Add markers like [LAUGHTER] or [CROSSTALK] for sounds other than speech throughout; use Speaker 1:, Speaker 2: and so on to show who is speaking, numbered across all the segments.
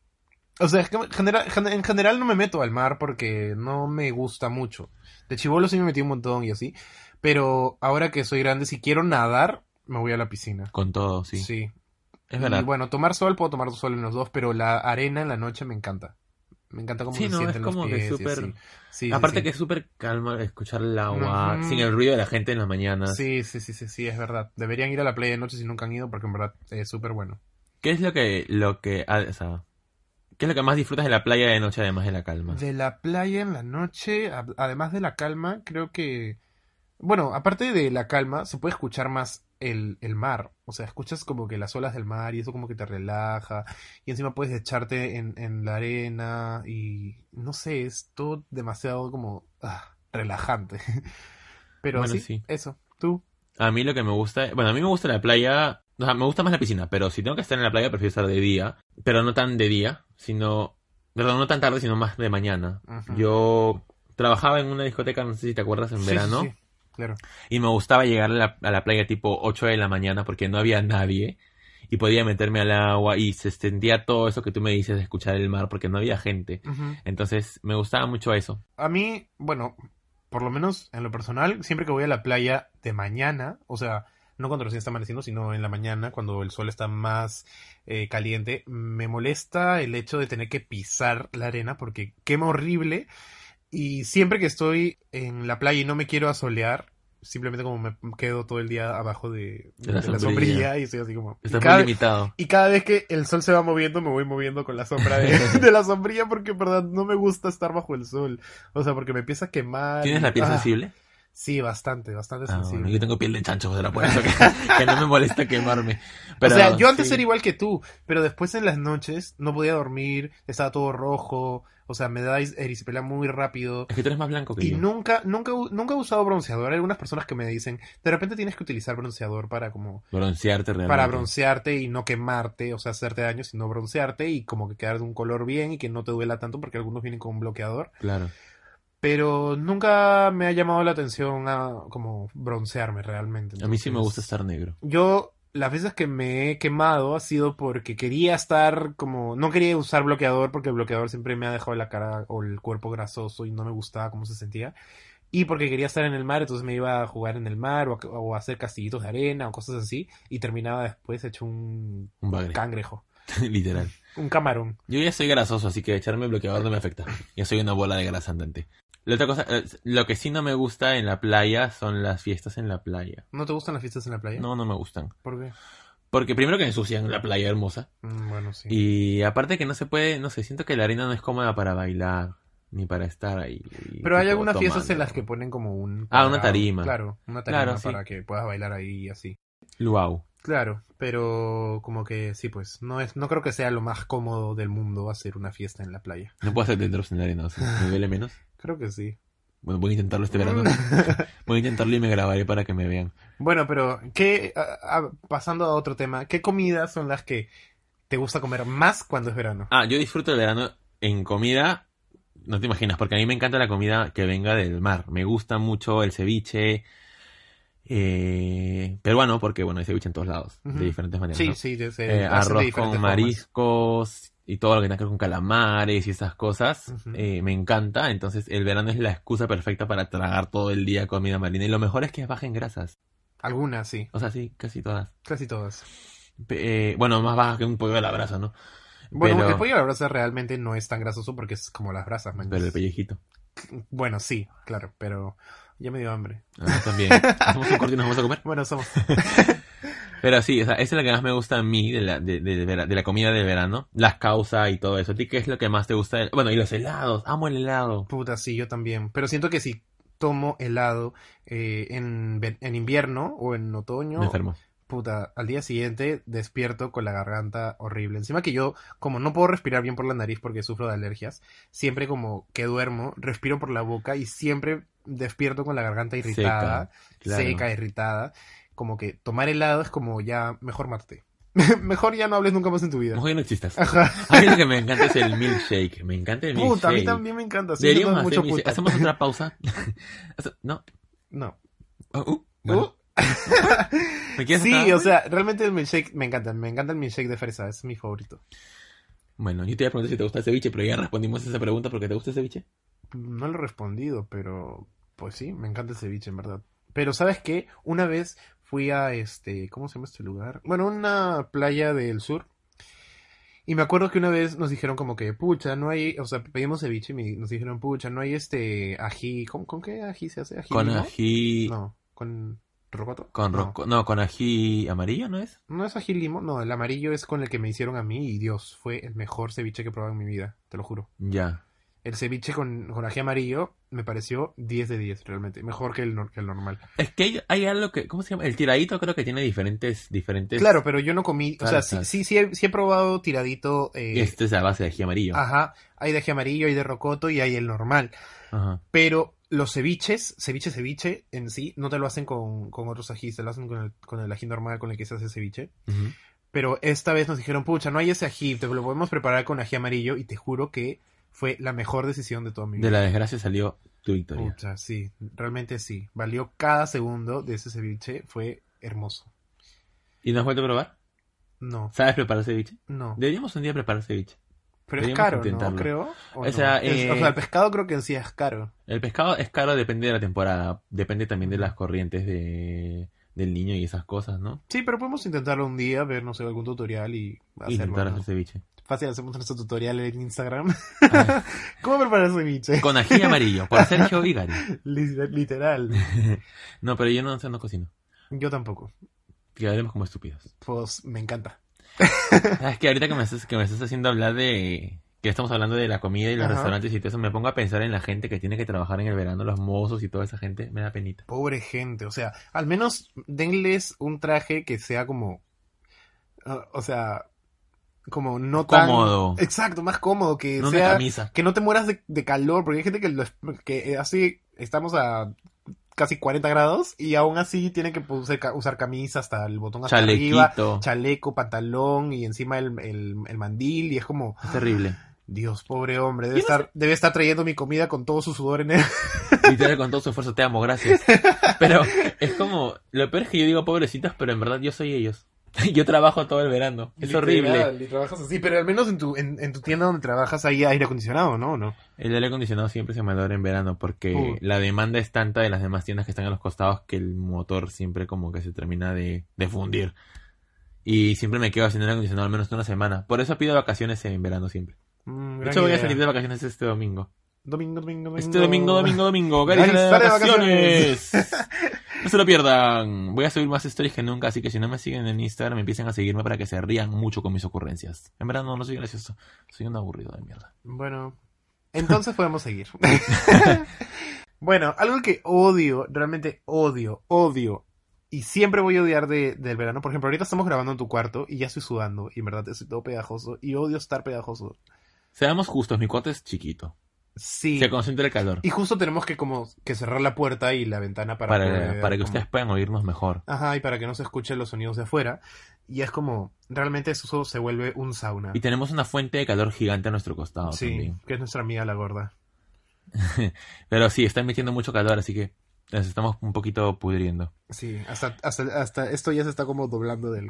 Speaker 1: O sea, es que en general, gen- en general no me meto al mar porque no me gusta mucho. De chivolo sí me metí un montón y así. Pero ahora que soy grande, si quiero nadar, me voy a la piscina.
Speaker 2: Con todo, sí.
Speaker 1: Sí.
Speaker 2: Es
Speaker 1: Y
Speaker 2: verdad.
Speaker 1: bueno, tomar sol, puedo tomar sol en los dos, pero la arena en la noche me encanta. Me encanta cómo
Speaker 2: Sí,
Speaker 1: se
Speaker 2: no,
Speaker 1: sienten
Speaker 2: es
Speaker 1: los
Speaker 2: como que
Speaker 1: pies y
Speaker 2: súper-
Speaker 1: así. Sí, sí,
Speaker 2: Aparte
Speaker 1: sí.
Speaker 2: que es súper calma escuchar el agua,
Speaker 1: Ujú.
Speaker 2: sin el ruido de la gente en las mañanas.
Speaker 1: Sí, sí, sí, sí, sí, es verdad. Deberían ir a la playa de noche si nunca han ido porque en verdad es súper bueno.
Speaker 2: ¿Qué es lo que, lo que, ah, o sea, qué es lo que más disfrutas de la playa de noche además de la calma?
Speaker 1: De la playa en la noche, a- además de la calma, creo que... Bueno, aparte de la calma, se puede escuchar más el, el mar. O sea, escuchas como que las olas del mar y eso como que te relaja. Y encima puedes echarte en, en la arena y no sé, es todo demasiado como ah, relajante. [LAUGHS] Pero
Speaker 2: Bueno,
Speaker 1: sí,
Speaker 2: sí.
Speaker 1: eso. ¿Tú?
Speaker 2: A mí lo que me gusta, bueno, a mí me gusta la playa, o sea, me gusta más la piscina, pero si tengo que estar en la playa prefiero estar de día, pero no tan de día, sino, perdón, no tan tarde, sino más de mañana.
Speaker 1: Ujú.
Speaker 2: Yo trabajaba en una discoteca, no sé si te acuerdas, en
Speaker 1: Sí, sí,
Speaker 2: verano,
Speaker 1: sí, Claro.
Speaker 2: y me gustaba llegar a la, a la playa tipo 8 de la mañana porque no había nadie. Y podía meterme al agua y se extendía todo eso que tú me dices de escuchar el mar porque no había gente.
Speaker 1: Ujú.
Speaker 2: Entonces me gustaba mucho eso.
Speaker 1: A mí, bueno, por lo menos en lo personal, siempre que voy a la playa de mañana, o sea, no cuando recién está amaneciendo, sino en la mañana, cuando el sol está más eh, caliente, me molesta el hecho de tener que pisar la arena porque quema horrible. Y siempre que estoy en la playa y no me quiero asolear, simplemente como me quedo todo el día abajo de,
Speaker 2: De la
Speaker 1: de
Speaker 2: sombrilla
Speaker 1: la sombrilla y estoy así como... y
Speaker 2: Estás
Speaker 1: cada-
Speaker 2: muy limitado.
Speaker 1: y cada vez que el sol se va moviendo, me voy moviendo con la sombra de,
Speaker 2: [LAUGHS]
Speaker 1: de la sombrilla porque, en verdad, no me gusta estar bajo el sol. O sea, porque me empieza a quemar.
Speaker 2: ¿Tienes
Speaker 1: y-
Speaker 2: la piel
Speaker 1: ah,
Speaker 2: sensible?
Speaker 1: Sí, bastante, bastante
Speaker 2: Ah,
Speaker 1: sensible.
Speaker 2: bueno, yo tengo piel de chancho, será por eso que, [LAUGHS] que no me molesta quemarme. Pero,
Speaker 1: o sea, yo antes
Speaker 2: sí.
Speaker 1: era igual que tú, pero después en las noches no podía dormir, estaba todo rojo, O sea, me dais erisipela muy rápido.
Speaker 2: Es que tú eres más blanco que
Speaker 1: Y
Speaker 2: yo.
Speaker 1: nunca, nunca, u- nunca he usado bronceador. Hay algunas personas que me dicen, de repente tienes que utilizar bronceador para como,
Speaker 2: Broncearte realmente.
Speaker 1: para broncearte y no quemarte, o sea, hacerte daño, sino broncearte y como que quedar de un color bien y que no te duela tanto porque algunos vienen con bloqueador.
Speaker 2: Claro.
Speaker 1: Pero nunca me ha llamado la atención a como broncearme realmente.
Speaker 2: A mí sí me
Speaker 1: Entonces,
Speaker 2: gusta estar negro.
Speaker 1: Yo, las veces que me he quemado ha sido porque quería estar como. No quería usar bloqueador porque el bloqueador siempre me ha dejado la cara o el cuerpo grasoso y no me gustaba cómo se sentía. Y porque quería estar en el mar, entonces me iba a jugar en el mar o a, o a hacer castillitos de arena o cosas así. Y terminaba después hecho un
Speaker 2: Un bagre.
Speaker 1: cangrejo,
Speaker 2: [LAUGHS] Literal.
Speaker 1: un camarón.
Speaker 2: Yo ya soy grasoso, así que echarme bloqueador no me afecta. Ya soy una bola de grasa andante. La otra cosa, eh, lo que sí no me gusta en la playa son las fiestas en la playa.
Speaker 1: ¿No te gustan las fiestas en la playa?
Speaker 2: No, no me gustan.
Speaker 1: ¿Por qué?
Speaker 2: Porque primero que ensucian la playa hermosa.
Speaker 1: Mm, Bueno, sí.
Speaker 2: Y aparte que no se puede, no sé, siento que la arena no es cómoda para bailar, ni para estar ahí.
Speaker 1: Pero hay
Speaker 2: tipo,
Speaker 1: algunas fiestas
Speaker 2: tomando.
Speaker 1: en las que ponen como un...
Speaker 2: Ah, una
Speaker 1: para-
Speaker 2: tarima.
Speaker 1: Claro, una tarima
Speaker 2: Claro, sí.
Speaker 1: para que puedas bailar ahí y así.
Speaker 2: Luau.
Speaker 1: Claro, pero como que sí, pues no es, no creo que sea lo más cómodo del mundo hacer una fiesta en la playa.
Speaker 2: No puedo hacer tendros en la arena, o sea, me duele menos.
Speaker 1: Creo que sí.
Speaker 2: Bueno, voy a intentarlo este
Speaker 1: [LAUGHS]
Speaker 2: verano. Voy a intentarlo y me grabaré para que me vean.
Speaker 1: bueno, pero qué, a- a- pasando a otro tema, ¿qué comidas son las que te gusta comer más cuando es verano?
Speaker 2: Ah, yo disfruto el verano en comida. No te imaginas, porque a mí me encanta la comida que venga del mar. Me gusta mucho el ceviche eh, peruano, porque bueno, hay ceviche en todos lados,
Speaker 1: Ujú.
Speaker 2: de diferentes maneras.
Speaker 1: sí,
Speaker 2: ¿no?
Speaker 1: sí, de- se
Speaker 2: Eh,
Speaker 1: hacen de
Speaker 2: arroz
Speaker 1: diferentes
Speaker 2: con
Speaker 1: formas.
Speaker 2: mariscos y todo lo que tenga que ver con calamares y esas cosas.
Speaker 1: Ujú.
Speaker 2: eh, me encanta. Entonces, el verano es la excusa perfecta para tragar todo el día comida marina. Y lo mejor es que es baja en grasas.
Speaker 1: Algunas, sí,
Speaker 2: O sea, sí, casi todas.
Speaker 1: casi todas.
Speaker 2: Pe- eh, bueno, más baja que un pollo a la brasa, ¿no?
Speaker 1: Bueno,
Speaker 2: Pero-
Speaker 1: el pollo a la brasa realmente no es tan grasoso porque es como las brasas, man.
Speaker 2: Pero el pellejito.
Speaker 1: Bueno, sí, claro, pero ya me dio hambre.
Speaker 2: Ah, yo
Speaker 1: [LAUGHS]
Speaker 2: también. Hacemos un corte y nos vamos a comer.
Speaker 1: Bueno, somos
Speaker 2: Pero sí, o sea, esa es la que más me gusta a mí de la, de, de- de vera- de la comida de verano. Las causas y todo eso. ¿A ti qué es lo que más te gusta? del- Bueno, y los helados. Amo el helado.
Speaker 1: Puta, sí, yo también. Pero siento que si tomo helado eh, en, ve- en invierno o en otoño,
Speaker 2: Me enfermo.
Speaker 1: puta, al día siguiente despierto con la garganta horrible. Encima que yo, como no puedo respirar bien por la nariz porque sufro de alergias, siempre como que duermo, respiro por la boca y siempre despierto con la garganta irritada,
Speaker 2: claro.
Speaker 1: seca, irritada. Como que tomar helado es como ya, mejor mátate. [LAUGHS] mejor ya no hables nunca más en tu vida.
Speaker 2: Mejor que no existas.
Speaker 1: Ajá.
Speaker 2: A mí lo que me encanta es el milkshake. Me encanta el milkshake.
Speaker 1: Puta, a mí también me encanta. Sí, yo
Speaker 2: Deberíamos
Speaker 1: tomo
Speaker 2: hacer
Speaker 1: mucho
Speaker 2: milkshake.
Speaker 1: puta.
Speaker 2: Hacemos otra
Speaker 1: [LAUGHS]
Speaker 2: pausa. Hace- no.
Speaker 1: No.
Speaker 2: Ah, uh, bueno.
Speaker 1: Uh.
Speaker 2: ¿Me quieres
Speaker 1: Sí,
Speaker 2: acá?
Speaker 1: o sea, realmente el milkshake me encanta, me encanta el milkshake de fresa, es mi favorito.
Speaker 2: Bueno, yo te iba a preguntar si te gusta el ceviche, pero ya respondimos esa pregunta porque te gusta el ceviche.
Speaker 1: No lo he respondido, pero pues sí, me encanta el ceviche, en verdad. Pero ¿sabes qué? Una vez fui a este, ¿cómo se llama este lugar? Bueno, una playa del sur. Y me acuerdo que una vez nos dijeron como que, pucha, no hay, o sea, pedimos ceviche y me- nos dijeron, pucha, no hay este ají, ¿con, con qué ají se hace? ¿Ají
Speaker 2: Con
Speaker 1: limo?
Speaker 2: ají.
Speaker 1: No, con rocoto.
Speaker 2: Con
Speaker 1: No.
Speaker 2: roco- no, con ají amarillo, ¿no es?
Speaker 1: No es ají limo, no, el amarillo es con el que me hicieron a mí y Dios, fue el mejor ceviche que he probado en mi vida, te lo juro.
Speaker 2: Ya.
Speaker 1: El ceviche con, con ají amarillo me pareció 10 de 10 realmente, mejor que el, nor- que el normal.
Speaker 2: Es que hay, hay algo que, ¿cómo se llama? El tiradito creo que tiene diferentes, diferentes.
Speaker 1: Claro, pero yo no comí, o sea, sí,
Speaker 2: Salsas.
Speaker 1: sí, sí, he, sí he probado tiradito, eh,
Speaker 2: Este es a base de ají amarillo.
Speaker 1: ajá, hay de ají amarillo, hay de rocoto y hay el normal.
Speaker 2: Ajá.
Speaker 1: Pero los ceviches, ceviche, ceviche en sí, no te lo hacen con, con otros ajís, te lo hacen con el, con el ají normal con el que se hace ceviche.
Speaker 2: Ujú.
Speaker 1: Pero esta vez nos dijeron, pucha, no hay ese ají, te lo podemos preparar con ají amarillo y te juro que fue la mejor decisión de toda mi vida.
Speaker 2: De la desgracia salió tu victoria.
Speaker 1: Pucha, sí, realmente sí. Valió cada segundo de ese ceviche, fue hermoso.
Speaker 2: ¿Y no has vuelto a probar?
Speaker 1: No,
Speaker 2: ¿Sabes preparar ceviche?
Speaker 1: no.
Speaker 2: Deberíamos un día preparar ceviche.
Speaker 1: Pero es
Speaker 2: deberíamos
Speaker 1: caro, ¿no?
Speaker 2: intentarlo.
Speaker 1: Creo. ¿o
Speaker 2: O
Speaker 1: no?
Speaker 2: sea,
Speaker 1: Es-
Speaker 2: eh,
Speaker 1: o sea, el pescado creo que en sí es caro.
Speaker 2: El pescado es caro, depende de la temporada. Depende también de las corrientes de, del niño y esas cosas, ¿no?
Speaker 1: Sí, pero podemos intentarlo un día, ver, no sé, algún tutorial y hacerlo.
Speaker 2: Intentar
Speaker 1: ¿no?
Speaker 2: hacer ceviche.
Speaker 1: Fácil, hacemos nuestro tutorial en Instagram. [LAUGHS]
Speaker 2: Ah,
Speaker 1: ¿Cómo preparar ceviche? [LAUGHS]
Speaker 2: con ají amarillo, por Sergio Vigari. [LAUGHS]
Speaker 1: Li- Literal.
Speaker 2: No, pero yo no, no cocino.
Speaker 1: Yo tampoco.
Speaker 2: Quedaremos como estúpidos.
Speaker 1: Pues me encanta.
Speaker 2: Ah, Es que ahorita que me estás, que me estás haciendo hablar de que estamos hablando de la comida y los
Speaker 1: Ajá.
Speaker 2: restaurantes y todo eso, me pongo a pensar en la gente que tiene que trabajar en el verano, los mozos y toda esa gente, me da penita.
Speaker 1: Pobre gente, o sea, al menos denles un traje que sea como, ah, o sea, como no
Speaker 2: Cómodo.
Speaker 1: tan... Exacto, más cómodo, que
Speaker 2: No una
Speaker 1: sea...
Speaker 2: camisa.
Speaker 1: Que no te mueras de, de calor, porque hay gente que, lo es- que eh, así estamos a casi 40 grados y aún así tiene que pues, usar, ca- usar camisa hasta el botón hasta arriba,
Speaker 2: Chalequito.
Speaker 1: chaleco, pantalón y encima el, el- el mandil y es como,
Speaker 2: Es terrible.
Speaker 1: Dios, pobre hombre, debe estar, debe estar trayendo mi comida con todo su sudor en él.
Speaker 2: Literal, con todo su esfuerzo, te amo, gracias. Pero es como, lo peor es que yo digo pobrecitas, pero en verdad yo soy ellos. [LAUGHS] Yo trabajo todo el verano. Es horrible.
Speaker 1: Literal, Y trabajas así, pero al menos en tu, en, en tu tienda donde trabajas hay aire acondicionado, ¿no? ¿O ¿No?
Speaker 2: El aire acondicionado siempre se me en verano porque
Speaker 1: Uh.
Speaker 2: la demanda es tanta de las demás tiendas que están a los costados que el motor siempre como que se termina de, de fundir. Y siempre me quedo sin aire acondicionado al menos una semana. Por eso pido vacaciones en verano siempre.
Speaker 1: Mm,
Speaker 2: De
Speaker 1: gran
Speaker 2: hecho voy a
Speaker 1: idea.
Speaker 2: salir de vacaciones este domingo.
Speaker 1: Domingo, domingo, domingo.
Speaker 2: Este domingo, domingo, domingo. Gary
Speaker 1: Gary
Speaker 2: sale de
Speaker 1: sale de
Speaker 2: vacaciones. no se lo pierdan. Voy a subir más stories que nunca, así que si no me siguen en Instagram, empiecen a seguirme para que se rían mucho con mis ocurrencias. En verdad, no, no soy gracioso. Soy un aburrido de mierda.
Speaker 1: Bueno, entonces
Speaker 2: [LAUGHS]
Speaker 1: podemos seguir. bueno, algo que odio, realmente odio, odio. Y siempre voy a odiar de, del verano. Por ejemplo, ahorita estamos grabando en tu cuarto y ya estoy sudando. Y en verdad estoy todo pegajoso. Y odio estar pegajoso.
Speaker 2: Seamos justos, mi cuarto es chiquito.
Speaker 1: Sí.
Speaker 2: Se concentra el calor.
Speaker 1: Y justo tenemos que como que cerrar la puerta y la ventana para,
Speaker 2: Para,
Speaker 1: poder,
Speaker 2: para que
Speaker 1: como-
Speaker 2: ustedes puedan oírnos mejor.
Speaker 1: Ajá, y para que no se escuchen los sonidos de afuera. Y es como, realmente eso se vuelve un sauna.
Speaker 2: Y tenemos una fuente de calor gigante a nuestro costado
Speaker 1: Ah. sí,
Speaker 2: también.
Speaker 1: que es nuestra amiga la gorda.
Speaker 2: Pero sí, está emitiendo mucho calor, así que nos estamos un poquito pudriendo.
Speaker 1: Sí, hasta, hasta, hasta esto ya se está como
Speaker 2: [LAUGHS]
Speaker 1: doblando del...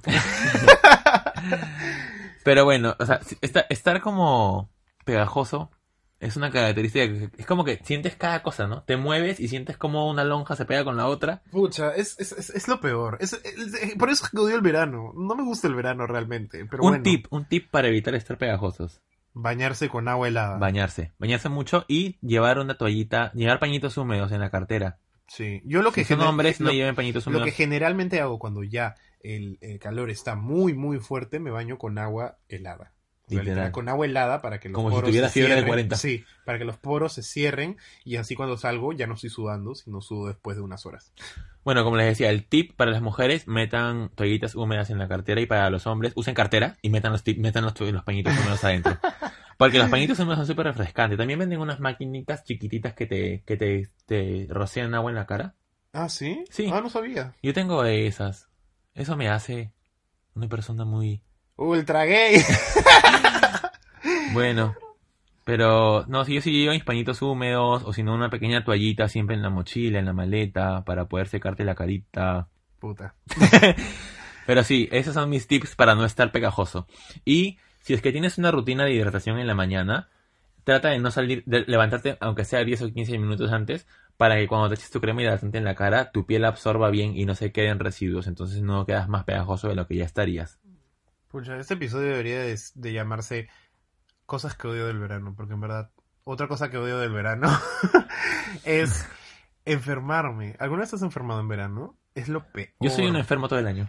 Speaker 2: Pero bueno, o sea, si- esta- estar como pegajoso es una característica que es como que sientes cada cosa, ¿no? Te mueves y sientes como una lonja se pega con la otra.
Speaker 1: Pucha, es, es, es, es lo peor. Es, es- es- por eso es que odio el verano. No me gusta el verano realmente. Pero
Speaker 2: un
Speaker 1: bueno,
Speaker 2: tip, un tip para evitar estar pegajosos.
Speaker 1: bañarse con agua helada.
Speaker 2: Bañarse. Bañarse mucho y llevar una toallita, llevar pañitos húmedos en la cartera.
Speaker 1: Sí. Yo lo que,
Speaker 2: si son
Speaker 1: gener-
Speaker 2: hombres,
Speaker 1: lo,
Speaker 2: no lleven pañitos
Speaker 1: lo
Speaker 2: húmedos.
Speaker 1: que generalmente hago cuando ya el, el calor está muy, muy fuerte, me baño con agua helada. O sea,
Speaker 2: Literal.
Speaker 1: literal, Con agua helada para que los
Speaker 2: Como si
Speaker 1: poros
Speaker 2: tuviera
Speaker 1: se
Speaker 2: fiebre de
Speaker 1: cierren.
Speaker 2: 40.
Speaker 1: Sí, para que los poros se cierren y así cuando salgo ya no estoy sudando, sino sudo después de unas horas.
Speaker 2: Bueno, como les decía, el tip para las mujeres, metan toallitas húmedas en la cartera y para los hombres, usen cartera y metan los, tip- metan los, tu- los pañitos húmedos adentro. Porque los pañitos húmedos son súper refrescantes. También venden unas maquinitas chiquititas que te, que te, te rocian agua en la cara.
Speaker 1: Ah, ¿sí?
Speaker 2: Sí.
Speaker 1: Ah, no sabía.
Speaker 2: Yo tengo de esas. Eso me hace una persona muy...
Speaker 1: Ultra gay. [LAUGHS]
Speaker 2: Bueno. Pero, no, si yo sí llevo mis pañitos húmedos o si no una pequeña toallita siempre en la mochila, en la maleta, para poder secarte la carita.
Speaker 1: Puta.
Speaker 2: Pero sí, esos son mis tips para no estar pegajoso. Y si es que tienes una rutina de hidratación en la mañana, trata de no salir, de levantarte aunque sea 10 o 15 minutos antes, para que cuando te eches tu crema hidratante en la cara, tu piel absorba bien y no se queden residuos. Entonces no quedas más pegajoso de lo que ya estarías.
Speaker 1: Pucha, este episodio debería de, de llamarse Cosas que odio del verano, porque en verdad, otra cosa que odio del verano [LAUGHS] es enfermarme. ¿Alguna vez has enfermado en verano? Es lo peor.
Speaker 2: Yo soy un enfermo todo el año.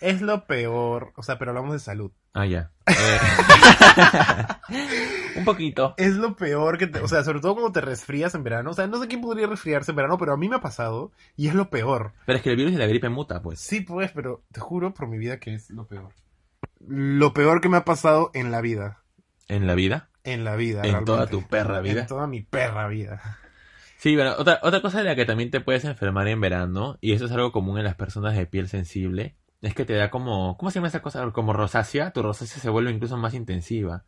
Speaker 1: Es lo peor. O sea, pero hablamos de salud.
Speaker 2: Ah, ya. Eh, [LAUGHS] Un poquito.
Speaker 1: Es lo peor que te. O sea, sobre todo cuando te resfrías en verano. O sea, no sé quién podría resfriarse en verano, pero a mí me ha pasado y es lo peor.
Speaker 2: Pero es que el virus de la gripe muta, pues.
Speaker 1: Sí, pues, pero te juro por mi vida que es lo peor. Lo peor que me ha pasado en la vida.
Speaker 2: En la vida.
Speaker 1: En la vida.
Speaker 2: En toda
Speaker 1: realmente.
Speaker 2: tu perra vida.
Speaker 1: En toda mi perra vida.
Speaker 2: Sí, bueno, otra, otra cosa de la que también te puedes enfermar en verano, y eso es algo común en las personas de piel sensible, es que te da como, ¿cómo se llama esa cosa? Como rosácea, tu rosácea se vuelve incluso más intensiva.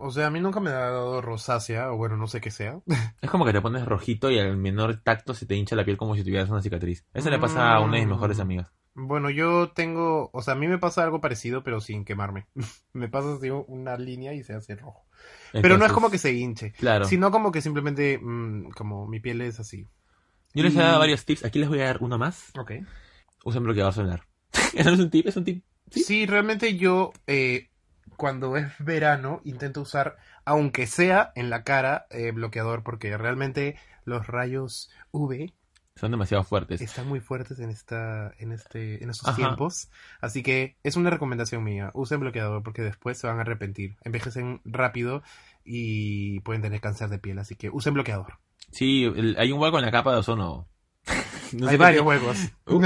Speaker 1: O sea, a mí nunca me ha dado rosácea, o bueno, no sé qué sea. [LAUGHS]
Speaker 2: Es como que te pones rojito y al menor tacto se te hincha la piel como si tuvieras una cicatriz. Eso le pasa a una de mis mejores
Speaker 1: Mm.
Speaker 2: amigas.
Speaker 1: Bueno, yo tengo, o sea, a mí me pasa algo parecido, pero sin quemarme. [LAUGHS] me pasa así una línea y se hace rojo. pero no es
Speaker 2: Entonces,
Speaker 1: como que se hinche,
Speaker 2: Claro.
Speaker 1: sino como que simplemente, mm, como mi piel es así.
Speaker 2: Yo les he dado
Speaker 1: Mm.
Speaker 2: varios tips, aquí les voy a dar uno más.
Speaker 1: Ok.
Speaker 2: Usen bloqueador solar. [LAUGHS] Eso no es un tip, es un tip.
Speaker 1: Sí, realmente yo, eh, cuando es verano, intento usar, aunque sea en la cara, eh, bloqueador, porque realmente los rayos UV
Speaker 2: Son demasiado fuertes.
Speaker 1: están muy fuertes en esta en este en estos
Speaker 2: Ajá.
Speaker 1: tiempos así que es una recomendación mía usen bloqueador porque después se van a arrepentir envejecen rápido y pueden tener cáncer de piel así que usen bloqueador
Speaker 2: Sí, el- hay un hueco en la capa de ozono. [LAUGHS] No sé qué
Speaker 1: hay varios huecos
Speaker 2: [LAUGHS] Uh,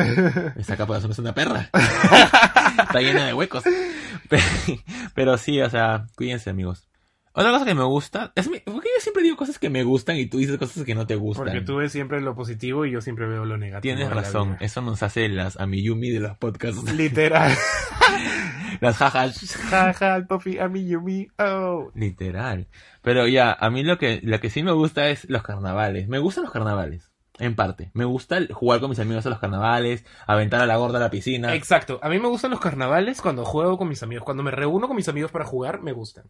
Speaker 2: esa capa de ozono es una perra. Está llena de huecos. [LAUGHS] Pero, pero sí, o sea, cuídense, amigos. Otra cosa que me gusta, es mi- porque yo siempre digo cosas que me gustan y tú dices cosas que no te [LAUGHS] gustan.
Speaker 1: Porque tú ves siempre lo positivo y yo siempre veo lo negativo.
Speaker 2: Tienes
Speaker 1: de la
Speaker 2: razón,
Speaker 1: vida.
Speaker 2: eso nos hace las amiyumi de los podcasts, [LAUGHS]
Speaker 1: Literal.
Speaker 2: las jajas. [LAUGHS]
Speaker 1: Jaja, el Puffy, a mí, Yumi. Oh.
Speaker 2: Literal. Pero ya, a mí lo que, lo que sí me gusta es los carnavales. Me gustan los carnavales, en parte. Me gusta el- jugar con mis amigos a los carnavales, aventar a la gorda a la piscina.
Speaker 1: Exacto. A mí me gustan los carnavales cuando juego con mis amigos. Cuando me reúno con mis amigos para jugar, me gustan.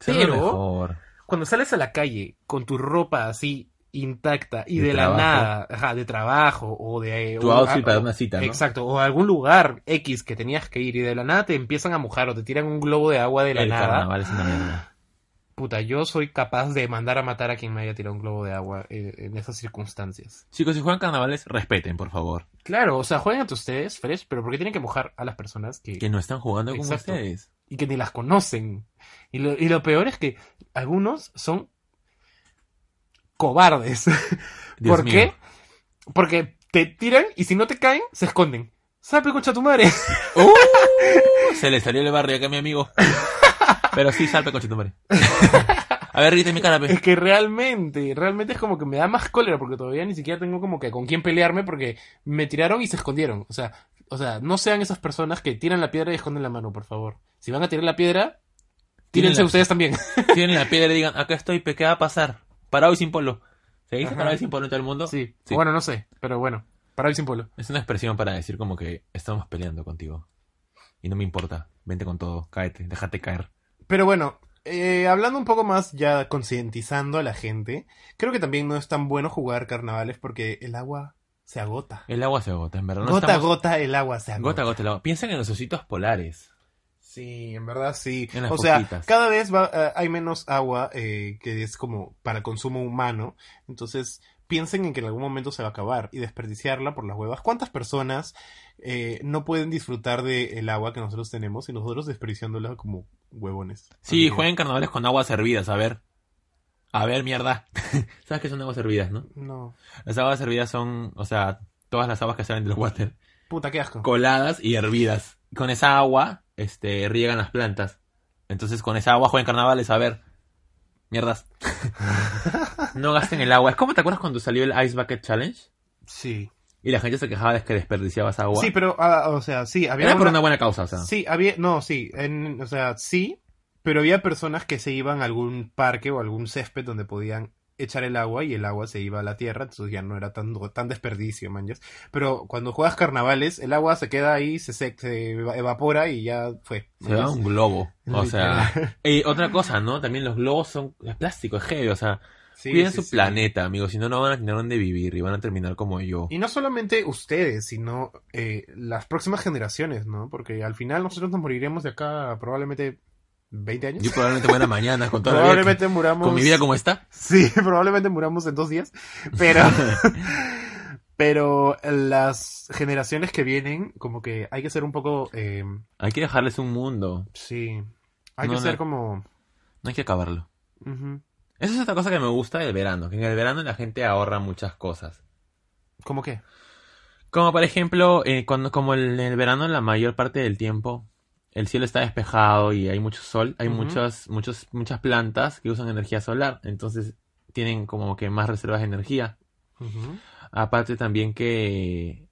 Speaker 2: Son lo
Speaker 1: pero-
Speaker 2: mejor.
Speaker 1: Cuando sales a la calle con tu ropa así intacta y de,
Speaker 2: De
Speaker 1: la
Speaker 2: trabajo.
Speaker 1: nada, ajá, de trabajo o de...
Speaker 2: Tu
Speaker 1: o-
Speaker 2: outfit
Speaker 1: a-
Speaker 2: para
Speaker 1: o-
Speaker 2: una cita, ¿no?
Speaker 1: Exacto, o a algún lugar X que tenías que ir y de la nada te empiezan a mojar o te tiran un globo de agua de la
Speaker 2: el
Speaker 1: nada.
Speaker 2: carnaval es una mierda.
Speaker 1: Puta, yo soy capaz de mandar a matar a quien me haya tirado un globo de agua eh, en esas circunstancias.
Speaker 2: Chicos, si juegan carnavales, respeten, por favor.
Speaker 1: Claro, o sea, jueguen ante ustedes, fresh, pero ¿por qué tienen que mojar a las personas que,
Speaker 2: Que no están jugando con
Speaker 1: Exacto.
Speaker 2: ustedes.
Speaker 1: y que ni las conocen? Y lo, y lo peor es que algunos son cobardes. [LAUGHS]
Speaker 2: Dios
Speaker 1: ¿Por
Speaker 2: mío.
Speaker 1: qué? Porque te tiran y si no te caen, se esconden. ¡Sape, concha tu madre!
Speaker 2: ¡Uh! Se le salió el barrio acá a mi
Speaker 1: [LAUGHS]
Speaker 2: amigo. Pero sí, salpe con madre. A ver, grite en mi cara, pues. pe.
Speaker 1: Es que realmente, realmente es como que me da más cólera porque todavía ni siquiera tengo como que con quién pelearme porque me tiraron y se escondieron. O sea, o sea, no sean esas personas que tiran la piedra y esconden la mano, por favor. Si van a tirar la piedra, tírense
Speaker 2: Tírenla.
Speaker 1: ustedes también.
Speaker 2: Tienen la piedra y digan, acá estoy, pe, ¿qué va a pasar? Parado y sin polo. ¿Se dice
Speaker 1: Ajá.
Speaker 2: parado y sin polo en todo el mundo?
Speaker 1: Sí. [LAUGHS]
Speaker 2: Sí.
Speaker 1: Bueno, no sé, pero bueno, para el sin pueblo.
Speaker 2: Es una expresión para decir como que estamos peleando contigo. Y no me importa. Vente con todo. Cáete. Déjate caer.
Speaker 1: Pero bueno, eh, hablando un poco más, ya concientizando a la gente, creo que también no es tan bueno jugar carnavales porque el agua se agota.
Speaker 2: El agua se agota, en verdad. No
Speaker 1: gota a
Speaker 2: estamos-
Speaker 1: gota, el agua se agota.
Speaker 2: Gota a gota el agua. Piensen en los ositos polares.
Speaker 1: Sí, en verdad sí.
Speaker 2: En las
Speaker 1: o sea,
Speaker 2: poquitas.
Speaker 1: cada vez va, eh, hay menos agua eh, que es como para consumo humano. Entonces, piensen en que en algún momento se va a acabar y desperdiciarla por las huevas. ¿Cuántas personas eh, no pueden disfrutar del agua que nosotros tenemos y nosotros desperdiciándola como huevones?
Speaker 2: Sí,
Speaker 1: Así que-
Speaker 2: jueguen carnavales con aguas hervidas, a ver. A ver, mierda. [LAUGHS] Sabes que son aguas hervidas, ¿no?
Speaker 1: No.
Speaker 2: Las aguas hervidas son, o sea, todas las aguas que salen del water,
Speaker 1: Puta, qué
Speaker 2: [LAUGHS]
Speaker 1: asco.
Speaker 2: coladas y hervidas. Con esa agua, este, riegan las plantas. Entonces con esa agua juegan carnavales, a ver. Mierdas. [LAUGHS] no gasten el agua. Es como te acuerdas cuando salió el Ice Bucket Challenge
Speaker 1: Sí.
Speaker 2: y la gente se quejaba de que desperdiciabas agua.
Speaker 1: Sí, pero, ah, o sea, sí, había
Speaker 2: Era por
Speaker 1: una-
Speaker 2: una buena causa, o sea.
Speaker 1: Sí, había, no, sí, en- o sea, sí, pero había personas que se iban a algún parque o algún césped donde podían echar el agua y el agua se iba a la tierra, entonces ya no era tan, tan desperdicio, manjas. Pero cuando juegas carnavales, el agua se queda ahí, se, sec- se eva- evapora y ya fue.
Speaker 2: Se da
Speaker 1: manjas.
Speaker 2: un globo. O sea. [LAUGHS] Y otra cosa, ¿no? También los globos son de plástico, es heavy, o sea.
Speaker 1: Sí,
Speaker 2: Cuiden
Speaker 1: sí,
Speaker 2: su
Speaker 1: sí.
Speaker 2: planeta, amigos, si no, no van a tener dónde vivir y van a terminar como yo.
Speaker 1: Y no solamente ustedes, sino eh, las próximas generaciones, ¿no? Porque al final nosotros nos moriremos de acá a probablemente 20 años.
Speaker 2: Yo probablemente muera mañana con toda la vida que-
Speaker 1: probablemente muramos.
Speaker 2: con mi vida como está.
Speaker 1: Sí, [LAUGHS] probablemente muramos en dos días,
Speaker 2: [LAUGHS]
Speaker 1: pero, [LAUGHS] pero las generaciones que vienen, como que hay que ser un poco, eh,
Speaker 2: Hay que dejarles un mundo,
Speaker 1: sí, hay que
Speaker 2: No,
Speaker 1: ser
Speaker 2: no.
Speaker 1: como,
Speaker 2: no hay que acabarlo.
Speaker 1: ujú,
Speaker 2: Esa es otra cosa que me gusta del verano, que en el verano la gente ahorra muchas cosas.
Speaker 1: ¿cómo qué?
Speaker 2: Como por ejemplo, eh, cuando, como en el verano la mayor parte del tiempo el cielo está despejado y hay mucho sol, hay
Speaker 1: Ujú.
Speaker 2: muchas, muchos, muchas plantas que usan energía solar, entonces tienen como que más reservas de energía.
Speaker 1: Ujú.
Speaker 2: Aparte también que...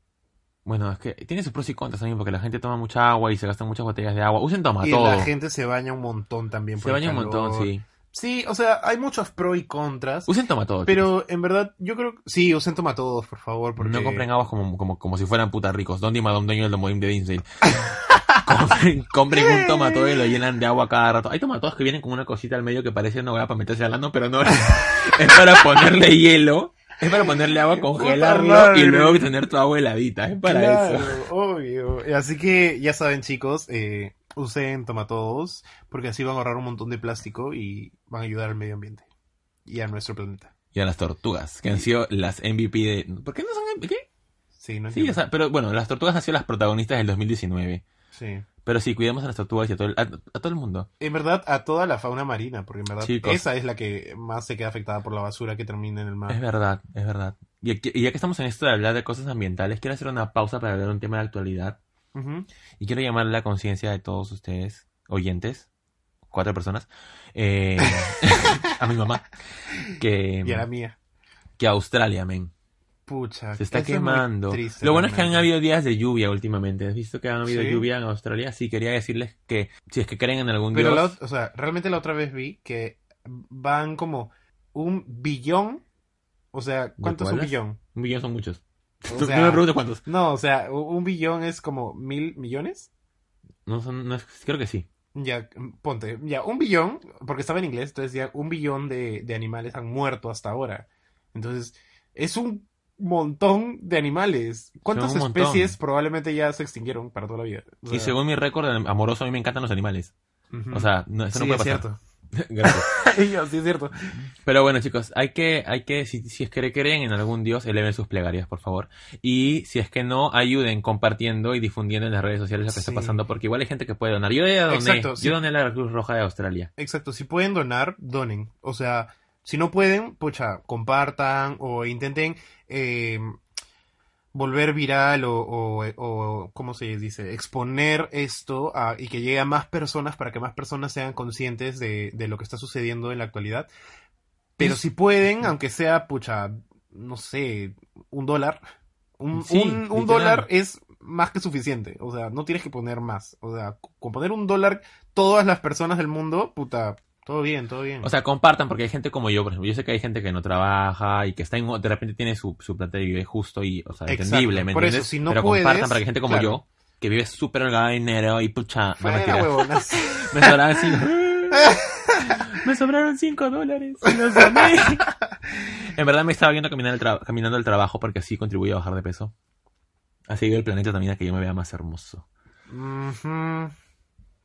Speaker 2: Bueno, es que tiene sus pros y contras también, porque la gente toma mucha agua y se gastan muchas botellas de agua. Usen toma
Speaker 1: Y
Speaker 2: todo.
Speaker 1: la gente se baña un montón también.
Speaker 2: se
Speaker 1: por el
Speaker 2: baña un montón,
Speaker 1: calor.
Speaker 2: sí.
Speaker 1: Sí, o sea, hay muchos pro y contras,
Speaker 2: Usen toma todo.
Speaker 1: pero en verdad yo creo, sí, usen toma todos, por favor, porque
Speaker 2: No compren aguas como, como, como si fueran putas ricos. Don Madón, dueño del Domodim de Dinsdale. [LAUGHS] compren, compren un tomatodo y lo llenan de agua cada rato. Hay tomatodos que vienen con una cosita al medio que parece una hueá para meterse al ano, pero no. [LAUGHS] es para ponerle hielo. Es para ponerle agua, congelarlo
Speaker 1: madre.
Speaker 2: y luego tener tu agua heladita. Es para
Speaker 1: Claro,
Speaker 2: eso.
Speaker 1: obvio. Así que ya saben, chicos, eh, usen tomatodos, porque así van a ahorrar un montón de plástico y van a ayudar al medio ambiente y a nuestro planeta.
Speaker 2: Y a las tortugas, que han sido las MVP de... ¿Por qué no son MVP?
Speaker 1: Sí, ¿no?
Speaker 2: Sí,
Speaker 1: entiendo.
Speaker 2: o sea, pero bueno, las tortugas han sido las protagonistas del 2019.
Speaker 1: Sí.
Speaker 2: Pero sí, cuidemos a las tortugas y a todo el, a, a todo el mundo.
Speaker 1: En verdad, a toda la fauna marina, porque en verdad
Speaker 2: Chicos.
Speaker 1: esa es la que más se queda afectada por la basura que termina en el
Speaker 2: Es
Speaker 1: mar.
Speaker 2: verdad, es verdad. Y, aquí- y ya que estamos en esto de hablar de cosas ambientales, quiero hacer una pausa para hablar de un tema de actualidad.
Speaker 1: Ujú.
Speaker 2: Y quiero llamar la conciencia de todos ustedes oyentes, cuatro personas,
Speaker 1: [LAUGHS]
Speaker 2: eh, [LAUGHS] a mi mamá, que,
Speaker 1: Y a la mía.
Speaker 2: que Australia, men.
Speaker 1: Pucha.
Speaker 2: Se está
Speaker 1: eso es muy
Speaker 2: quemando.
Speaker 1: triste,
Speaker 2: Lo bueno es que han
Speaker 1: realmente.
Speaker 2: habido días de lluvia últimamente. ¿Has visto que han habido
Speaker 1: Sí.
Speaker 2: lluvia en Australia? Sí, quería decirles que si es que creen en algún
Speaker 1: Pero, la,
Speaker 2: dios,
Speaker 1: ot- o sea, realmente la otra vez vi que van como un billón. O sea, ¿cuánto es un
Speaker 2: koalas?
Speaker 1: billón?
Speaker 2: un millón son muchos.
Speaker 1: O
Speaker 2: No-
Speaker 1: sea-
Speaker 2: no me preguntes cuántos.
Speaker 1: No, o sea, u- un billón es como mil millones.
Speaker 2: No son, no es- creo que sí.
Speaker 1: Ya, mm, ponte, ya, un billón, porque estaba en inglés, entonces ya un billón de, de animales han muerto hasta ahora. Entonces, es un montón de animales. ¿Cuántas
Speaker 2: un montón.
Speaker 1: especies probablemente ya se extinguieron para toda la vida? O
Speaker 2: Y
Speaker 1: sea,
Speaker 2: según mi récord amoroso, a mí me encantan los animales.
Speaker 1: ujú.
Speaker 2: O sea, no, eso
Speaker 1: sí,
Speaker 2: no
Speaker 1: es
Speaker 2: puede pasar.
Speaker 1: cierto.
Speaker 2: Gracias.
Speaker 1: Yo, [LAUGHS] sí, es cierto.
Speaker 2: Pero bueno, chicos, hay que, hay que, si, si es que creen en algún dios, eleven sus plegarias, por favor. Y si es que no, ayuden compartiendo y difundiendo en las redes sociales lo que
Speaker 1: Sí.
Speaker 2: está pasando, porque igual hay gente que puede donar. Yo ya doné,
Speaker 1: Exacto, sí.
Speaker 2: yo doné a la Cruz Roja de Australia.
Speaker 1: Exacto, si pueden donar, donen. O sea, si no pueden, pucha, compartan o intenten eh, volver viral o, o, o, ¿cómo se dice? Exponer esto a- y que llegue a más personas para que más personas sean conscientes de, de lo que está sucediendo en la actualidad. Pero
Speaker 2: Y-
Speaker 1: si pueden, aunque sea, pucha, no sé, un dólar. Un,
Speaker 2: Sí,
Speaker 1: un- un
Speaker 2: literal.
Speaker 1: dólar es más que suficiente. O sea, no tienes que poner más. O sea, con poner un dólar todas las personas del mundo, puta, todo bien, todo bien.
Speaker 2: O sea, compartan, porque hay gente como yo, por ejemplo. Yo sé que hay gente que no trabaja y que está en, de repente tiene su, su plata de vive justo y, o sea,
Speaker 1: Exacto.
Speaker 2: entendible, ¿me
Speaker 1: Por eso,
Speaker 2: entiendes?
Speaker 1: si no
Speaker 2: Pero
Speaker 1: puedes,
Speaker 2: compartan para que gente como
Speaker 1: claro.
Speaker 2: yo, que vive súper holgada de dinero y pucha, no
Speaker 1: Fuera
Speaker 2: me
Speaker 1: de la
Speaker 2: [LAUGHS]
Speaker 1: huevona. Sí,
Speaker 2: Me sobraron
Speaker 1: [LAUGHS]
Speaker 2: cinco. me sobraron cinco dólares. y los doné. en verdad me estaba viendo caminar el tra- caminando al trabajo porque así contribuye a bajar de peso. Así ayuda el planeta también a que yo me vea más hermoso.
Speaker 1: ujú.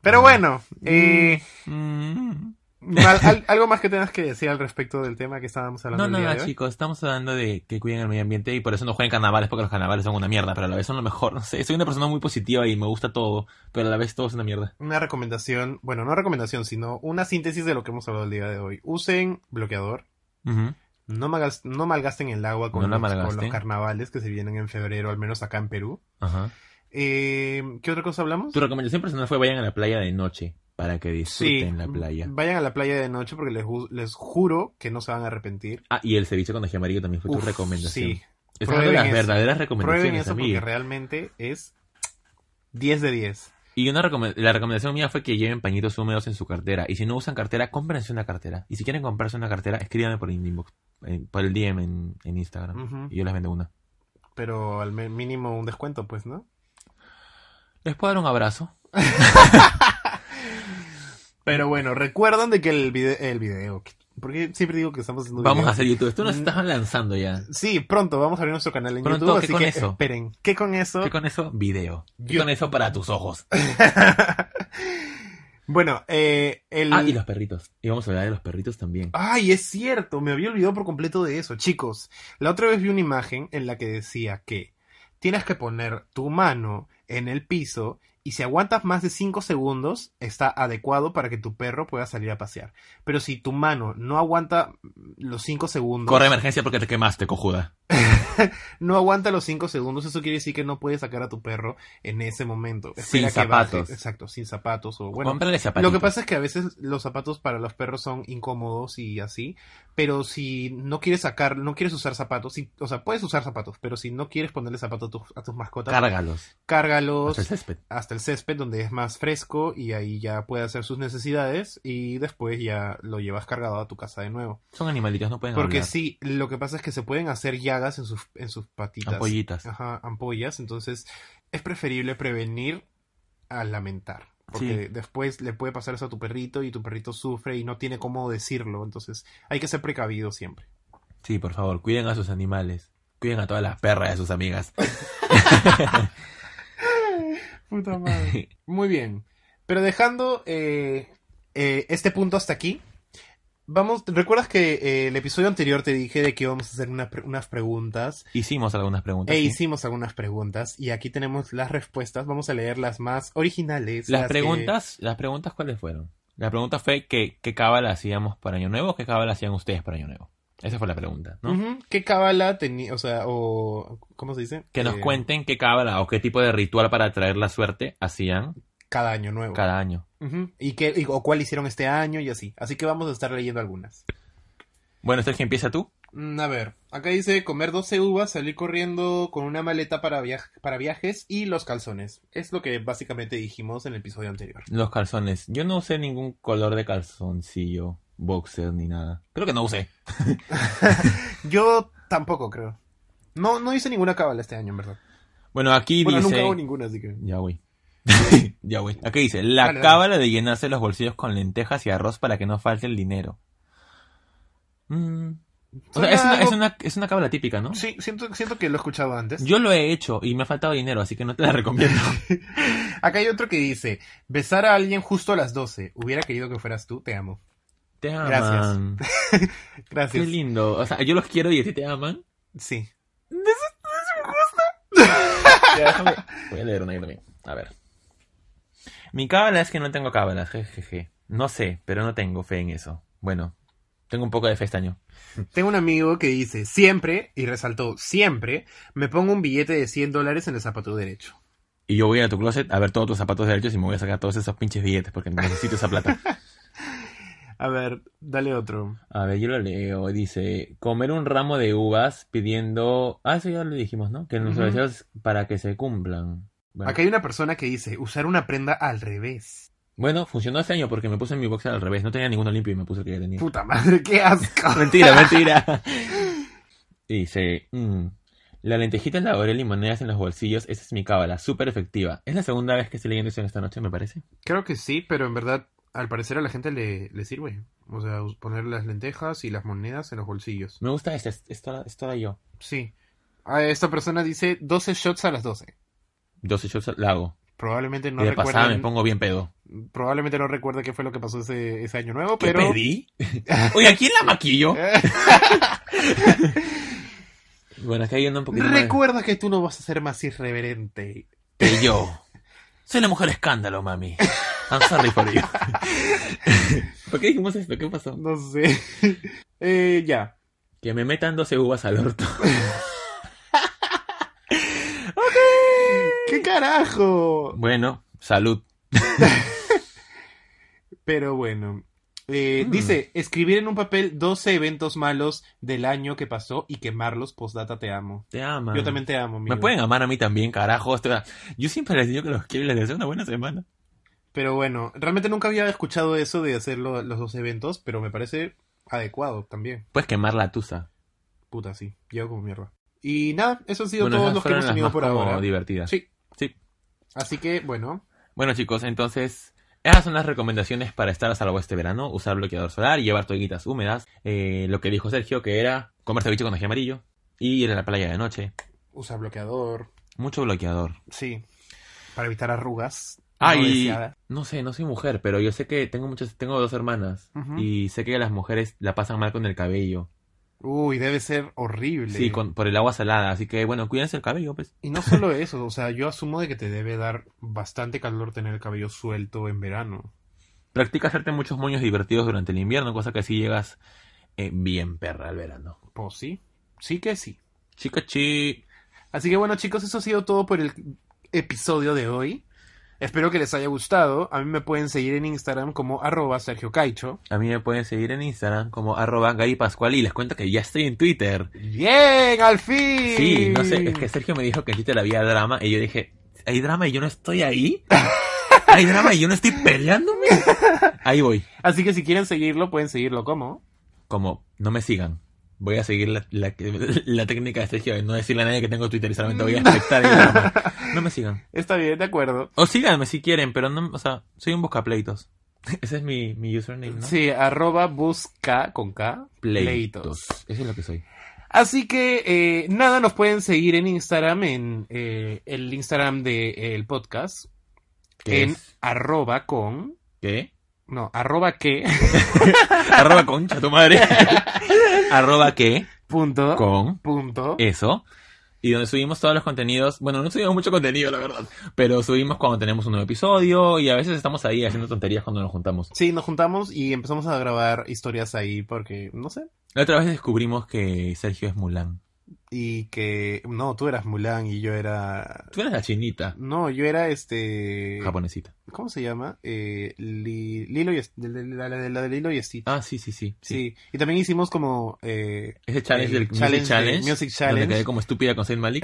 Speaker 1: Pero bueno, eh,
Speaker 2: Mm.
Speaker 1: mal- al- algo más que tengas que decir al respecto del tema que estábamos hablando
Speaker 2: No,
Speaker 1: el día
Speaker 2: nada,
Speaker 1: de hoy.
Speaker 2: chicos. Estamos hablando de que cuiden el medio ambiente y por eso no jueguen carnavales porque los carnavales son una mierda, pero a la vez son lo mejor. No sé, soy una persona muy positiva y me gusta todo, pero a la vez todo es una mierda.
Speaker 1: Una recomendación, bueno, no recomendación, sino una síntesis de lo que hemos hablado el día de hoy. Usen bloqueador,
Speaker 2: Ujú.
Speaker 1: no, malgas- no malgasten el agua con,
Speaker 2: No la
Speaker 1: los, con
Speaker 2: malgasten.
Speaker 1: los carnavales que se vienen en febrero, al menos acá en Perú.
Speaker 2: Ajá.
Speaker 1: Eh, ¿Qué otra cosa hablamos?
Speaker 2: Tu recomendación personal fue vayan a la playa de noche para que
Speaker 1: Sí,
Speaker 2: disfruten la playa.
Speaker 1: vayan a la playa de noche porque les, ju- les juro que no se van a arrepentir.
Speaker 2: Ah, y el ceviche con ají amarillo también fue
Speaker 1: Uf,
Speaker 2: tu recomendación.
Speaker 1: Sí,
Speaker 2: Es
Speaker 1: Prueben
Speaker 2: una de las
Speaker 1: eso.
Speaker 2: verdaderas
Speaker 1: prueben
Speaker 2: recomendaciones,
Speaker 1: eso porque
Speaker 2: amigo.
Speaker 1: realmente es 10 de 10.
Speaker 2: Y una recome- la recomendación mía fue que lleven pañitos húmedos en su cartera. Y si no usan cartera, cómprense una cartera. Y si quieren comprarse una cartera, escríbanme por el inbox, eh, por el DM en, en Instagram.
Speaker 1: Ujú.
Speaker 2: Y yo les vendo una.
Speaker 1: Pero al me- mínimo un descuento, pues, ¿no?
Speaker 2: ¿Les puedo dar un abrazo?
Speaker 1: Pero bueno, recuerden de que el, vide- el video... Porque siempre digo que estamos haciendo
Speaker 2: Vamos a
Speaker 1: videos.
Speaker 2: hacer YouTube. Esto nos
Speaker 1: Mm.
Speaker 2: estás lanzando ya.
Speaker 1: Sí, pronto vamos a abrir nuestro canal en
Speaker 2: Pronto,
Speaker 1: YouTube,
Speaker 2: ¿qué
Speaker 1: así
Speaker 2: con
Speaker 1: que
Speaker 2: eso?
Speaker 1: esperen. ¿Qué con eso?
Speaker 2: ¿Qué con eso? Video. ¿Qué
Speaker 1: Yo- Mm.
Speaker 2: con eso para tus ojos?
Speaker 1: bueno, eh, el...
Speaker 2: Ah, y los perritos. Y vamos a hablar de los perritos también.
Speaker 1: Ay, es cierto, me había olvidado por completo de eso, chicos. La otra vez vi una imagen en la que decía que tienes que poner tu mano en el piso y si aguantas más de 5 segundos está adecuado para que tu perro pueda salir a pasear. Pero si tu mano no aguanta los 5 segundos,
Speaker 2: Corre emergencia porque te quemaste, cojuda.
Speaker 1: no aguanta los 5 segundos, eso quiere decir que no puedes sacar a tu perro en ese momento.
Speaker 2: Sin
Speaker 1: que baje.
Speaker 2: zapatos.
Speaker 1: Exacto, sin zapatos o bueno,
Speaker 2: Cómprale
Speaker 1: Lo
Speaker 2: zapatitos.
Speaker 1: que pasa es que a veces los zapatos para los perros son incómodos y así, pero si no quieres sacar, no quieres usar zapatos, si- o sea, puedes usar zapatos, pero si no quieres ponerle zapatos a tus, a tus mascotas,
Speaker 2: Cárgalos.
Speaker 1: cárgalos
Speaker 2: Hasta el césped.
Speaker 1: hasta el césped donde es más fresco y ahí ya puede hacer sus necesidades y después ya lo llevas cargado a tu casa de nuevo.
Speaker 2: Son animalitos, no pueden
Speaker 1: Porque
Speaker 2: hablar.
Speaker 1: sí, lo que pasa es que se pueden hacer llagas en sus, en sus patitas.
Speaker 2: Ampollitas.
Speaker 1: Ajá, ampollas. Entonces, es preferible prevenir a lamentar. Porque después le puede pasar eso a tu perrito y tu perrito sufre y no tiene cómo decirlo. Entonces, hay que ser precavido siempre.
Speaker 2: Sí, por favor, cuiden a sus animales. Cuiden a todas las perras de sus
Speaker 1: [LAUGHS]
Speaker 2: amigas.
Speaker 1: Puta madre. [LAUGHS] Muy bien. Pero dejando eh, eh, este punto hasta aquí, vamos. ¿Recuerdas que eh, el episodio anterior te dije de que íbamos a hacer una pre- unas preguntas?
Speaker 2: Hicimos algunas preguntas.
Speaker 1: E
Speaker 2: ¿sí?
Speaker 1: hicimos algunas preguntas y aquí tenemos las respuestas. Vamos a leer las más originales.
Speaker 2: Las
Speaker 1: que-
Speaker 2: preguntas, las preguntas cuáles fueron? La pregunta fue que qué cábala hacíamos para Año Nuevo o qué cábala hacían ustedes para Año Nuevo. Esa fue la pregunta, ¿no?
Speaker 1: Ujú, ¿Qué cábala tenía? O sea, o. ¿Cómo se dice?
Speaker 2: Que nos
Speaker 1: Eh,
Speaker 2: cuenten qué cábala o qué tipo de ritual para atraer la suerte hacían
Speaker 1: cada año nuevo.
Speaker 2: cada año.
Speaker 1: Ujú. ¿Y, qué, y- o cuál hicieron este año y así. Así que vamos a estar leyendo algunas.
Speaker 2: Bueno, Sergio, empieza tú.
Speaker 1: Mm, A ver, acá dice comer 12 uvas, salir corriendo con una maleta para, viaj- para viajes y los calzones. Es lo que básicamente dijimos en el episodio anterior.
Speaker 2: Los calzones. Yo no usé ningún color de calzoncillo, boxer ni nada. Creo que no usé.
Speaker 1: Yo tampoco creo. No, no hice ninguna cábala este año, en verdad.
Speaker 2: Bueno, aquí
Speaker 1: Bueno,
Speaker 2: dice.
Speaker 1: nunca hago ninguna, así que.
Speaker 2: Ya [LAUGHS] voy. ya voy. Aquí dice, la
Speaker 1: Dale, dale.
Speaker 2: cábala de llenarse los bolsillos con lentejas y arroz para que no falte el dinero. Mm. O sea,
Speaker 1: Suena
Speaker 2: es una,
Speaker 1: algo-
Speaker 2: es, una, es una cábala típica, ¿no?
Speaker 1: Sí, siento, siento que lo he escuchado antes.
Speaker 2: Yo lo he hecho y me ha faltado dinero, así que no te la recomiendo.
Speaker 1: Acá hay otro que dice: besar a alguien justo a las 12. Hubiera querido que fueras tú, te amo.
Speaker 2: [LAUGHS] Te aman. Qué
Speaker 1: Gracias.
Speaker 2: lindo. O sea, yo los quiero y a ti te aman.
Speaker 1: Sí.
Speaker 2: Ya, déjame- [LAUGHS] Voy a leer una yo también. A ver. Mi cábala es que no tengo cábalas, jejeje. No sé, pero no tengo fe en eso. Bueno, tengo un poco de fe este año.
Speaker 1: Tengo un amigo que dice: siempre, y resaltó: siempre, me pongo un billete de 100 dólares en el zapato derecho.
Speaker 2: Y yo voy a tu closet a ver todos tus zapatos derechos y me voy a sacar todos esos pinches billetes porque necesito esa plata.
Speaker 1: A ver, dale otro.
Speaker 2: [LAUGHS] A ver, yo lo leo. Dice, comer un ramo de uvas pidiendo... Ah, eso ya lo dijimos, ¿no? Que nuestros
Speaker 1: Ujú.
Speaker 2: deseos para que se cumplan. Bueno,
Speaker 1: Acá hay una persona que dice usar una prenda al revés.
Speaker 2: bueno, funcionó este año porque me puse mi boxer al revés. No tenía ninguno limpio y me puse el que ya tenía.
Speaker 1: Puta madre, qué asco.
Speaker 2: [LAUGHS] Mentira, mentira. Dice, mm, la lentejita en laurel y monedas en los bolsillos, esa es mi cábala, súper efectiva. Es la segunda vez que estoy leyendo eso en esta noche, me parece.
Speaker 1: [LAUGHS] Creo que sí, pero en verdad, al parecer a la gente le, le sirve. O sea, us- poner las lentejas y las monedas en los bolsillos.
Speaker 2: Me gusta esta, es, es toda- es toda yo.
Speaker 1: Sí. Ah, Esta persona dice 12 shots a las 12.
Speaker 2: 12 shots la hago.
Speaker 1: Probablemente no
Speaker 2: y de pasada me
Speaker 1: recuerden,
Speaker 2: pongo bien pedo.
Speaker 1: probablemente no recuerda qué fue lo que pasó ese, ese año nuevo,
Speaker 2: ¿Qué [LAUGHS]
Speaker 1: pero [LAUGHS] Eh,
Speaker 2: pedí? Oye, ¿a quién la maquillo? bueno, acá yendo un poquito más
Speaker 1: recuerda que tú no vas a ser más irreverente.
Speaker 2: que yo. Soy la mujer escándalo, mami. I'm sorry for
Speaker 1: [LAUGHS]
Speaker 2: you. ¿Por qué dijimos esto? ¿Qué pasó?
Speaker 1: No sé. [LAUGHS] Eh, ya.
Speaker 2: Que me metan 12 uvas al
Speaker 1: [LAUGHS]
Speaker 2: orto.
Speaker 1: ¿Qué carajo?
Speaker 2: Bueno, salud.
Speaker 1: Pero bueno. Eh,
Speaker 2: Mm.
Speaker 1: Dice, escribir en un papel 12 eventos malos del año que pasó y quemarlos, postdata te amo.
Speaker 2: Te aman.
Speaker 1: Yo también te amo,
Speaker 2: Ah. Me
Speaker 1: amigo.
Speaker 2: pueden amar a mí también, carajo. Esto era- Yo siempre les digo que los quiero y les deseo una buena semana.
Speaker 1: Pero bueno, realmente nunca había escuchado eso de hacer lo- los dos eventos, pero me parece adecuado también.
Speaker 2: Puedes quemar la tusa.
Speaker 1: Puta, sí. Llevo como mierda. Y nada, eso han sido
Speaker 2: Bueno,
Speaker 1: todos
Speaker 2: esas
Speaker 1: los que
Speaker 2: fueron
Speaker 1: hemos
Speaker 2: las
Speaker 1: tenido
Speaker 2: más
Speaker 1: por
Speaker 2: como
Speaker 1: ahora.
Speaker 2: divertidas.
Speaker 1: Sí.
Speaker 2: Sí.
Speaker 1: Así que, bueno,
Speaker 2: Bueno, chicos, entonces, esas son las recomendaciones para estar a salvo este verano: usar bloqueador solar, llevar toallitas húmedas, eh, lo que dijo Sergio, que era comer ceviche con ají amarillo y ir a la playa de noche.
Speaker 1: usa bloqueador.
Speaker 2: Mucho bloqueador.
Speaker 1: Sí. Para evitar arrugas.
Speaker 2: Ah,
Speaker 1: no
Speaker 2: y-
Speaker 1: deseadas.
Speaker 2: No sé, no soy mujer, pero yo sé que tengo muchas, tengo dos hermanas
Speaker 1: Ujú.
Speaker 2: y sé que las mujeres la pasan mal con el cabello.
Speaker 1: Uy, debe ser horrible.
Speaker 2: Sí, con, por el agua salada, así que bueno, cuídense el cabello, pues.
Speaker 1: Y no solo eso, o sea, yo asumo de que te debe dar bastante calor tener el cabello suelto en verano.
Speaker 2: Practica hacerte muchos moños divertidos durante el invierno, cosa que así llegas eh, bien perra al verano.
Speaker 1: Pues sí, sí que sí.
Speaker 2: Chica chi.
Speaker 1: Así que bueno, chicos, eso ha sido todo por el episodio de hoy. Espero que les haya gustado. A mí me pueden seguir en Instagram como arroba Sergio Caicho.
Speaker 2: A mí me pueden seguir en Instagram como arroba Gary Pascual y les cuento que ya estoy en Twitter.
Speaker 1: ¡Bien! ¡Al fin!
Speaker 2: Sí, no sé, es que Sergio me dijo que en Twitter había drama y yo dije, ¿hay drama y yo no estoy ahí? ¿Hay drama y yo no estoy peleándome? Ahí voy.
Speaker 1: Así que si quieren seguirlo, pueden seguirlo como.
Speaker 2: Como, no me sigan. Voy a seguir la, la- la técnica de Sergio de no decirle a nadie que tengo Twitter y solamente voy a aceptar el drama. No me sigan.
Speaker 1: Está bien, de acuerdo.
Speaker 2: O síganme si quieren, pero no, o sea, soy un buscapleitos. [LAUGHS] Ese es mi, mi username, ¿no?
Speaker 1: Sí, arroba busca con K.
Speaker 2: Eso es lo que soy.
Speaker 1: Así que eh, nada, nos pueden seguir en Instagram, en eh, el Instagram del podcast,
Speaker 2: ¿Qué
Speaker 1: en
Speaker 2: es?
Speaker 1: arroba con,
Speaker 2: ¿Qué? [LAUGHS]
Speaker 1: no, arroba que, [LAUGHS]
Speaker 2: Arroba concha tu madre. Arroba qué
Speaker 1: punto,
Speaker 2: con Eh.
Speaker 1: punto.
Speaker 2: eso. Y donde subimos todos los contenidos. Bueno, no subimos mucho contenido, la verdad. Pero subimos cuando tenemos un nuevo episodio. Y a veces estamos ahí haciendo tonterías cuando nos juntamos.
Speaker 1: Sí, nos juntamos y empezamos a grabar historias ahí porque, no sé,
Speaker 2: La otra vez descubrimos que Sergio es Mulan.
Speaker 1: y que no, tú eras Mulan y yo era
Speaker 2: Tú eres la chinita,
Speaker 1: no, yo era este
Speaker 2: japonesita.
Speaker 1: ¿cómo se llama? Eh, Li- Lilo y Est- de- de- la, la- la de Lilo y Stitch.
Speaker 2: Ah, sí, sí, sí. sí.
Speaker 1: sí. y también hicimos como eh,
Speaker 2: Ese challenge del
Speaker 1: El
Speaker 2: Music
Speaker 1: challenge de-
Speaker 2: Challenge.
Speaker 1: Music
Speaker 2: Donde
Speaker 1: Challenge.
Speaker 2: quedé como estúpida con Said Malik.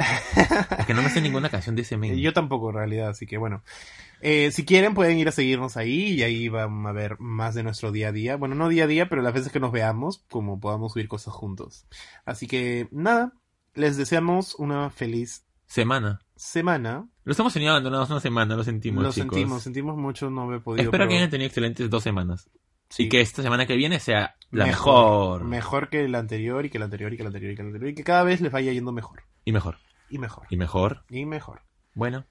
Speaker 2: es que no me sé ninguna canción de ese men.
Speaker 1: Eh, Yo tampoco, en realidad, así que bueno. Eh, si quieren, pueden ir a seguirnos ahí y ahí van a ver más de nuestro día a día. Bueno, no día a día, pero las veces que nos veamos, como podamos subir cosas juntos. Así que nada, les deseamos una feliz
Speaker 2: Semana.
Speaker 1: semana.
Speaker 2: Los hemos tenido abandonados una semana, lo sentimos,
Speaker 1: Lo
Speaker 2: chicos.
Speaker 1: sentimos, sentimos mucho no haber podido.
Speaker 2: Espero que hayan tenido excelentes dos semanas.
Speaker 1: sí,
Speaker 2: Y que esta semana que viene sea la mejor.
Speaker 1: mejor. Mejor que la anterior y que la anterior y que la anterior y que la anterior. Y que cada vez les vaya yendo mejor.
Speaker 2: Y mejor.
Speaker 1: Y mejor.
Speaker 2: Y mejor.
Speaker 1: Y mejor.
Speaker 2: Bueno.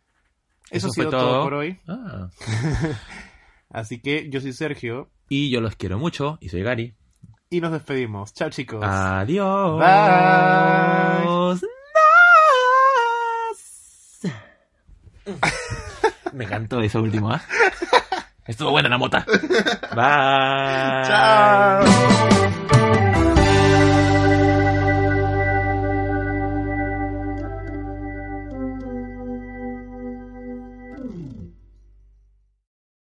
Speaker 2: Eso
Speaker 1: Eso, ha
Speaker 2: fue
Speaker 1: sido todo.
Speaker 2: todo.
Speaker 1: por hoy.
Speaker 2: Ah.
Speaker 1: Así que yo soy Sergio
Speaker 2: Y yo los quiero mucho. Y soy Gary.
Speaker 1: y nos despedimos. Chao, chicos.
Speaker 2: Ah. Adiós.
Speaker 1: Bye.
Speaker 2: Nos. Me encantó eso último, ¿ah? Estuvo buena la mota. Bye.
Speaker 1: Chao.